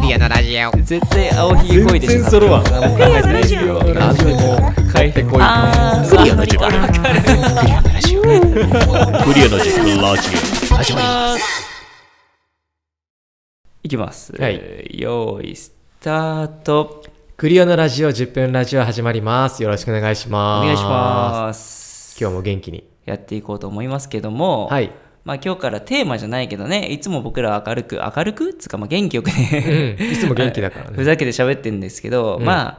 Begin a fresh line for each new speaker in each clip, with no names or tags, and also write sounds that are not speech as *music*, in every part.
リアのラジオ
絶対青ひげこいでしょ
全然揃わん
あもう考えてないですけど
ラジオ
書いてこい
あー
クリアの時間
わかる
クリアの時間ラジ
始まります
いきます、
はい
用意スタート
クリオのラジオ10分ラジオ始まります。よろしくお願いし
お
ます。
願いします
今日も元気に。
やっていこうと思いますけども、
はい。
まあ、今日からテーマじゃないけどねいつも僕らは明るく明るくつうかまあ元気よく
*laughs*
ね、
うんいつも元気だからね
*laughs* ふざけて喋ってるんですけど、
うん
まあ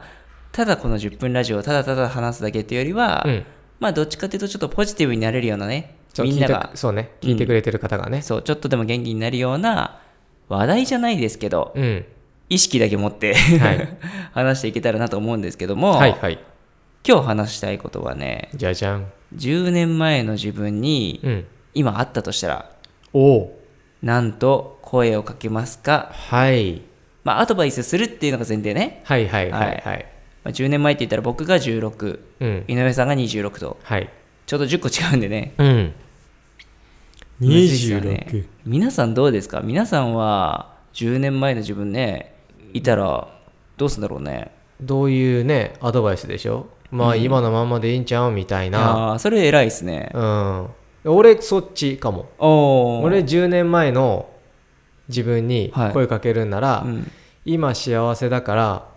ただこの10分ラジオをただただ話すだけっていうよりは、
うん
まあどっちかっていうとちょっとポジティブになれるようなね
そう
みんな
聞い
が
てそうね。聞いてくれてる方がね。
そうちょっとでも元気になるような話題じゃないですけど、
うん。
意識だけ持って、
はい
*laughs* 話していけたらなと思うんですけども、
はいはい。
今日話したいことはね
じゃじゃん。
10年前の自分に
うん。
今あったとしたら
おお。
なんと声をかけますか、
はい。
まあ、アドバイスするっていうのが前提ね、
はいはいはいはい。
まあ、10年前って言ったら僕が16
うん。
井上さんが26と
はい。
ちょうど10個違うんでね
うん。
むずいっすよね
26。
皆さんどうですか皆さんは10年前の自分ねいたらどうするんだろうね
どういうね、アドバイスでしょまあ今のまんまでいいんちゃうみたいな。
ああーそれ偉いですね
うん。俺、そっちかも。
おお
俺、10年前の自分に
はい
声かけるんなら
う、ん
今幸せだから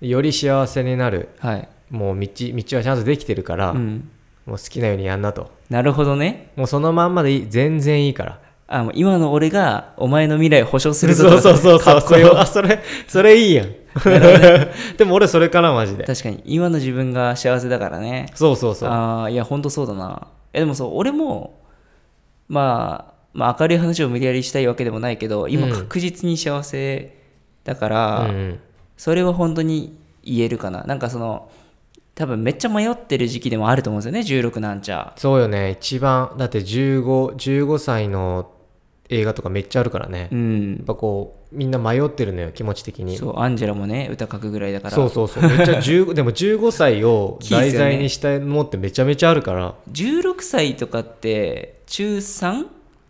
より幸せになる
はい、
もう道道はちゃんとできてるから、
うん、
もう好きなようにやんなと
なるほどね
もうそのまんまでいい全然いいから
あもう今の俺がお前の未来を保証するぞ
そうそうそうそ
か
う
っこよ
あ *laughs* それそれいいやん *laughs* でも俺それからマジで
確かに今の自分が幸せだからね
そうそうそう
ああいやほんとそうだなえでもそう俺も、まあ、まあ明るい話を無理やりしたいわけでもないけど今
うん
確実に幸せだか
う
ら、
んうん
それは本当に言えるかななんかその多分めっちゃ迷ってる時期でもあると思うんですよね16なんちゃ
そうよね一番だって1515歳の映画とかめっちゃあるからね、
う
や
ん
っぱこうみんな迷ってるのよ気持ち的に
そうアンジェラもね歌書くぐらいだから
そうそうそうめっちゃ15でも15歳 *laughs* を
キーっすよ
題
ね
材にしたのってめちゃめちゃあるから
16歳とかって中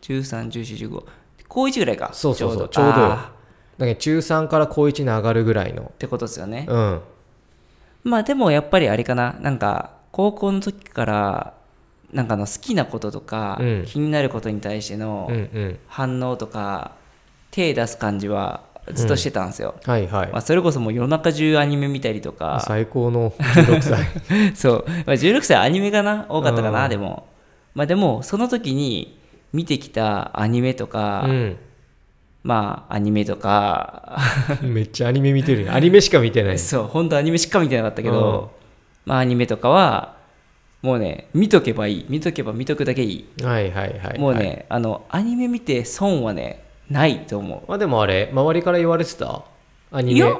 3?131415 高1ぐらいか
そうそうそう
ちょうど
ちょうどよ
あ
だけど中3から高1に上がるぐらいの
ーってことですよね、
うん
まあでもやっぱりあれかななんか高校の時からなんかあの好きなこととか、
うん
気になることに対しての
うんうん
反応とか手出す感じはずっとしてたんですよ、
はいはい、
まあ、それこそもう夜中中アニメ見たりと
*laughs*
か
最
*laughs*
高の16歳
そう、まあ、16歳アニメかな多かったか
う
なんでもまあでもその時に見てきたアニメとか、
うん
まあアニメとか
めっちゃアニメ見てるよアニメしか見てない
そう本当アニメしか見てなかったけど、まあアニメとかはもうね見とけばいい見とけば見とくだけいい、
はいはいはい、はい、
もうねあのアニメ見て損はねないと思
まあでもあれ周りから言われてたア
う
ニ
いや
メ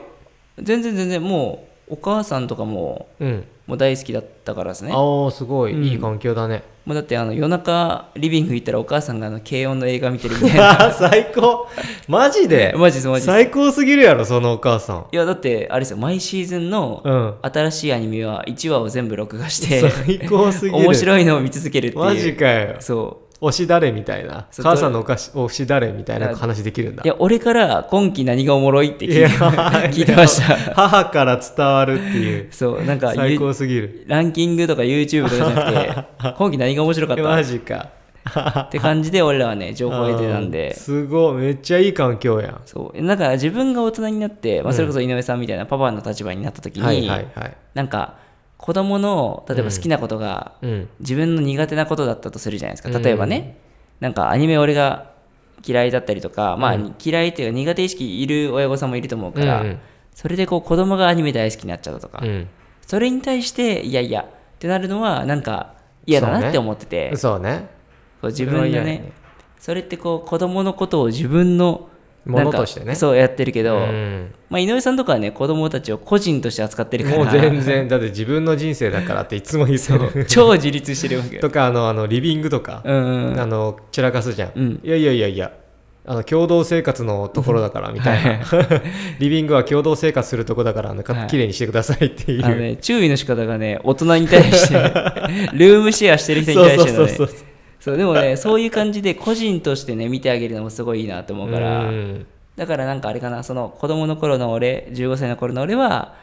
全然全然もうお母さんとかも
うん
もう大好きだったからですね
ああすごい、
うん
いい環境
*laughs*
だね
もうだってあの夜中リビング行ったらお母さんがあの軽音の映画見てるみたいな
あー最高マジで
*laughs* マジですマジです
最高すぎるやろそのお母さん
いやだってあれですよ毎シーズンの
うん
新しいアニメは1話を全部録画して
最高すぎる
面白いのを見続けるっていう
マジかよ
そう
推し誰みたいな
そう
母さんのお菓子推し誰みたいな話できるんだ
いや俺から今期何がおもろいって
い
聞い
や
*laughs* 聞いてました
母から伝わるっていう
そうなんか
最高
ゆ
すぎる
ランキングとか YouTube とかじゃ
*laughs*
なくて今期何が面白かっ
マ
た
ジか
って感じで俺らはね情報を得てたん
うん
です
ごいめっちゃいい環境やん
そうなんか自分が大人になって、まあ、それこそ井上さんみたいなパパの立場になった時に、
はいはいはい
なんか子供の例えば好きなことが
うん
自分の苦手なことだったとするじゃないですか例えばね、なんかアニメ俺が嫌いだったりとか、まあ、嫌いっていうか苦手意識いる親御さんもいると思うから、
うんうん
それでこう子供がアニメ大好きになっちゃったとか、
うん
それに対していやいやってなるのはなんか嫌だなって思ってて
そうね
そう自分の
それ
ね
は
そ
嫌
れ
やね
ってこう子供のことを自分のなんか
ものとしてね
そうやってるけど、
うん
まあ、井上さんとかはね子供たちを個人として扱ってるから
もう全然だって自分の人生だからっていつも
*laughs*
言ってる
超自立してるわ
*laughs*
けよ
とかあのあのリビングとか
うんうんうん
あの散らかすじゃん、
うん
いやいやいやいやあの共同生活のところだからみたいな、 *laughs* リビングは共同生活するとこだからあの
は
か
い
綺麗にしてくださいっていう、
あのね、注意の仕方がね、大人に対
*laughs*
して、ルームシェアしてる人に
そう
対
そ
し
う
ての
そう
ね
そ、う
そうでもね、そういう感じで個人としてね、見てあげるのもすごいいいなと思うから、
うん
だからなんかあれかなその子供の頃の俺15歳の頃の俺は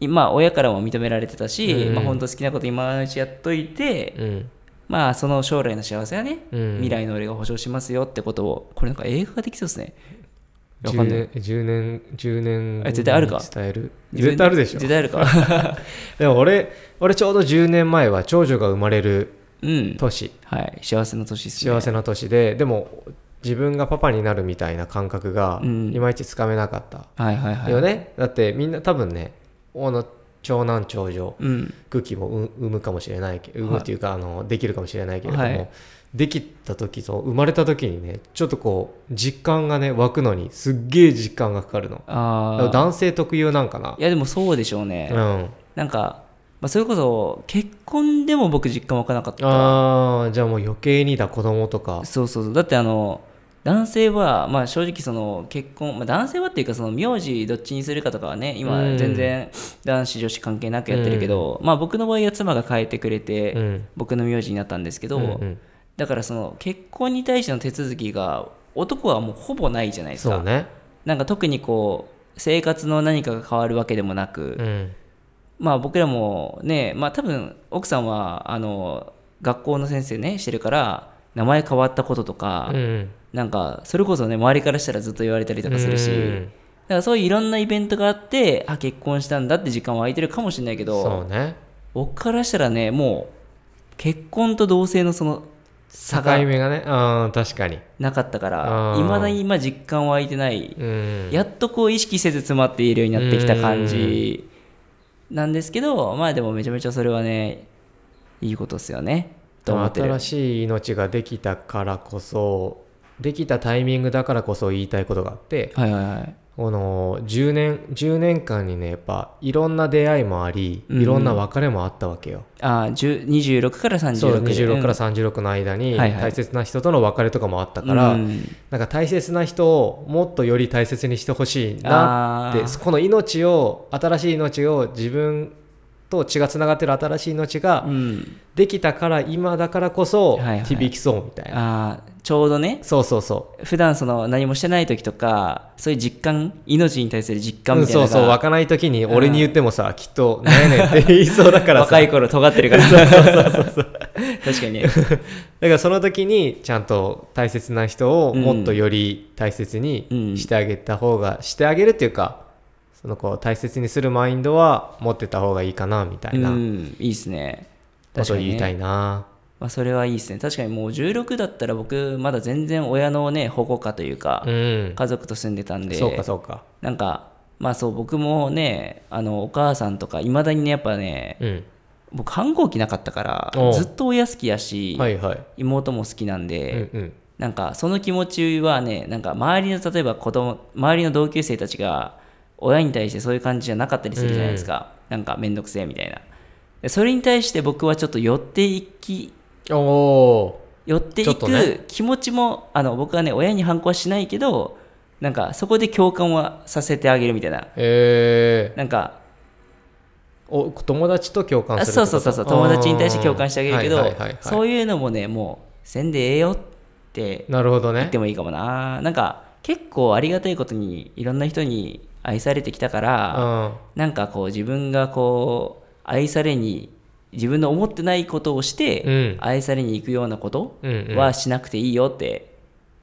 今親からも認められてたし、
うん
まあ本当好きなこと今のうちやっといて、
うん
まあその将来の幸せはね、
うん
未来の俺が保証しますよってことをこれなんか映画ができそうですねわか
10
んない
年10年10年
あ絶対あるか
伝える絶対あるでしょ
絶対あるか
*laughs* でも俺俺ちょうど10年前は長女が生まれる
うん
年
はい幸せの年ですね
幸せの年ででも自分がパパになるみたいな感覚が
うん
いまいちつかめなかった、
はいはいはい
よねだってみんな多分ねあの長男長女
うん
空気もう産むかもしれないけど産むっていうか、あのできるかもしれないけれども、
はい
できた時と生まれた時にねちょっとこう実感がね湧くのにすっげえ実感がかかるのだから
ああ
男性特有なんかない
やでもそうでしょうね、
うん
なんか、まあ、それこそ結婚でも僕実感湧かなかった
あーじゃあもう余計にだ子供とか
そうそうそうだってあの男性は、まあ、正直その結婚、まあ、男性はっていうかその名字どっちにするかとかはね今
うん
全然男子女子関係なくやってるけど、まあ、僕の場合は妻が変えてくれて、
うん
僕の名字になったんですけど、
うんうん
だからその結婚に対しての手続きが男はもうほぼないじゃないです
そう
か、
ね
なんか特にこう生活の何かが変わるわけでもなく、
うん
まあ僕らもねまあ多分奥さんはあの学校の先生ねしてるから名前変わったこととか、
うん
なんかそれこそね周りからしたらずっと言われたりとかするし、
うん
だからそういういろんなイベントがあってあ結婚したんだって時間は空いてるかもしれないけ
そ
ど
うね
僕からしたらねもう結婚と同性のその
境
差が
目がねあー確かに
なかったか
あ
ら
ー
いまだに今実感は空いてない、
うん
やっとこう意識せず詰まっているようになってきた感じなんですけどまあでもめちゃめちゃそれはねいいことですよねと思ってる
新しい命ができたからこそできたタイミングだからこそ言いたいことがあって
はいはいはい
この10年10年間にねやっぱいろんな出会いもあり
うん
いろんな別れもあったわけよ、
あー10 26から36
そう
で
26から36の間に
はいはい
大切な人との別れとかもあったから、
うん
なんか大切な人をもっとより大切にしてほしいなって
あー
そこの命を新しい命を自分と血がつながってる新しい命が
うん
できたから今だからこそ
はいはい
響きそうみたいな、
あーちょうどね
そうそうそ
普段その何もしてない時とかそういう実感命に対する実
う、
感
う
み
ん、
たいな
そ
のが
うそう湧かない時に俺に言ってもさきっと「ねえねえ」って言いそうだからさ
*laughs* 若い頃尖ってるから *laughs*
*laughs*
確かにね
だからその時にちゃんと大切な人をもっとより大切にしてあげた方が、してあげるっていうかその子を大切にするマインドは持ってた方がいいかなみたいうなん
いいですね
ことを
ね
言いたいな、
まあ、それはいいですね確かにもう16だったら僕まだ全然親のね保護下というか、
うん
家族と住んでたんで
そうかそうか
なんかまあそう僕もねあのお母さんとかいまだにねやっぱね
うん
僕反抗期なかったから
おう
ずっと親好きやし、
はいはい、
妹も好きなんで、
うんうん
なんかその気持ちはねなんか周りの例えば子供周りの同級生たちが親に対してそういう感じじゃなかったりするじゃないですか、なんか面倒くせえみたいなでそれに対して僕はちょっと寄っていき
おお
寄ってい
ちょっとね
く気持ちも、あの僕はね親に反抗はしないけどなんかそこで共感はさせてあげるみたいな
え
なんか
ー、お友達と共感
あ
する
そうそうそうそう友達に対して共感してあげるけど、
はいはいはいはい
そういうのもねもうせんでええよって
なるほど
言っ
ね
てもいいかもななんか結構ありがたいことにいろんな人に愛されてきたから、なんかこう自分がこう愛されに自分の思ってないことをして、
うん
愛されに行くようなこと
うんうんうん
はしなくていいよって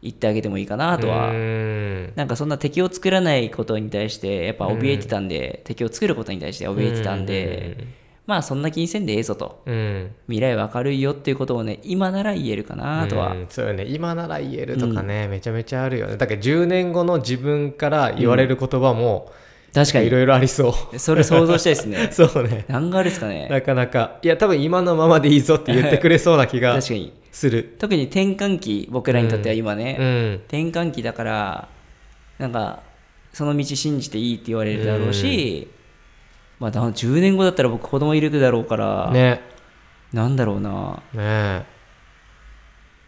言ってあげてもいいかなとは
うん
なんかそんな敵を作らないことに対してやっぱ怯えてたんで、敵を作ることに対して怯えてたんで、まあそんな気にせんでええぞと
うん
未来は明るいよっていうことをね今なら言えるかなとは、
うんそうよね今なら言えるとかね、めちゃめちゃあるよねだから10年後の自分から言われる言葉も、
確か
いろいろありそう
*laughs* にそれ想像したいですね
そうね
何があるですかね
なかなかいや多分今のままでいいぞって言ってくれそうな気が
*laughs* 確かに
する
特に転換期僕らにとっては今ね、
うん
転換期だからなんかその道信じていいって言われるだろうし、まあだ10年後だったら僕子供いるだろうから、
ね
なんだろうな
ね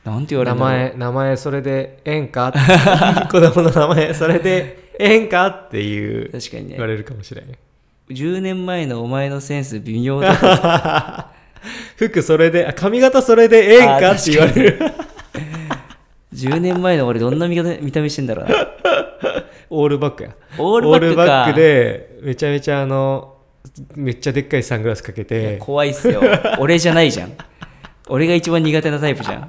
なんて言われ
名
るんだろう
前名前それでええん
*laughs*
か子供の名前それでええんかっていう
確かにね
言われるかもしれん
10年前のお前のセンス微妙だった
服それであ髪型それでええんかって言われる
10年前の俺どんな見方見た目してんだろうな
オールバックや
オールバックか
でめちゃめちゃあのめっちゃでっかいサングラスかけ
いや
て
怖いっすよ俺じゃないじゃん俺が一番苦手なタイプじゃん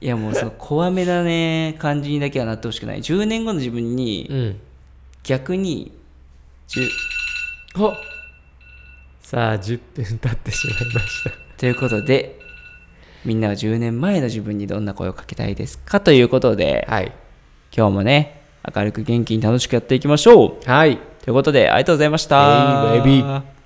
いやもうその怖めだね感じにだけはなってほしくない10年後の自分に
うん
逆にじゅ
あさあ10分経ってしまいました
ということでみんなは10年前の自分にどんな声をかけたいですかということで
はい
今日もね明るく元気に楽しくやっていきましょう
はい
ということでありがとうございました
えいベイビー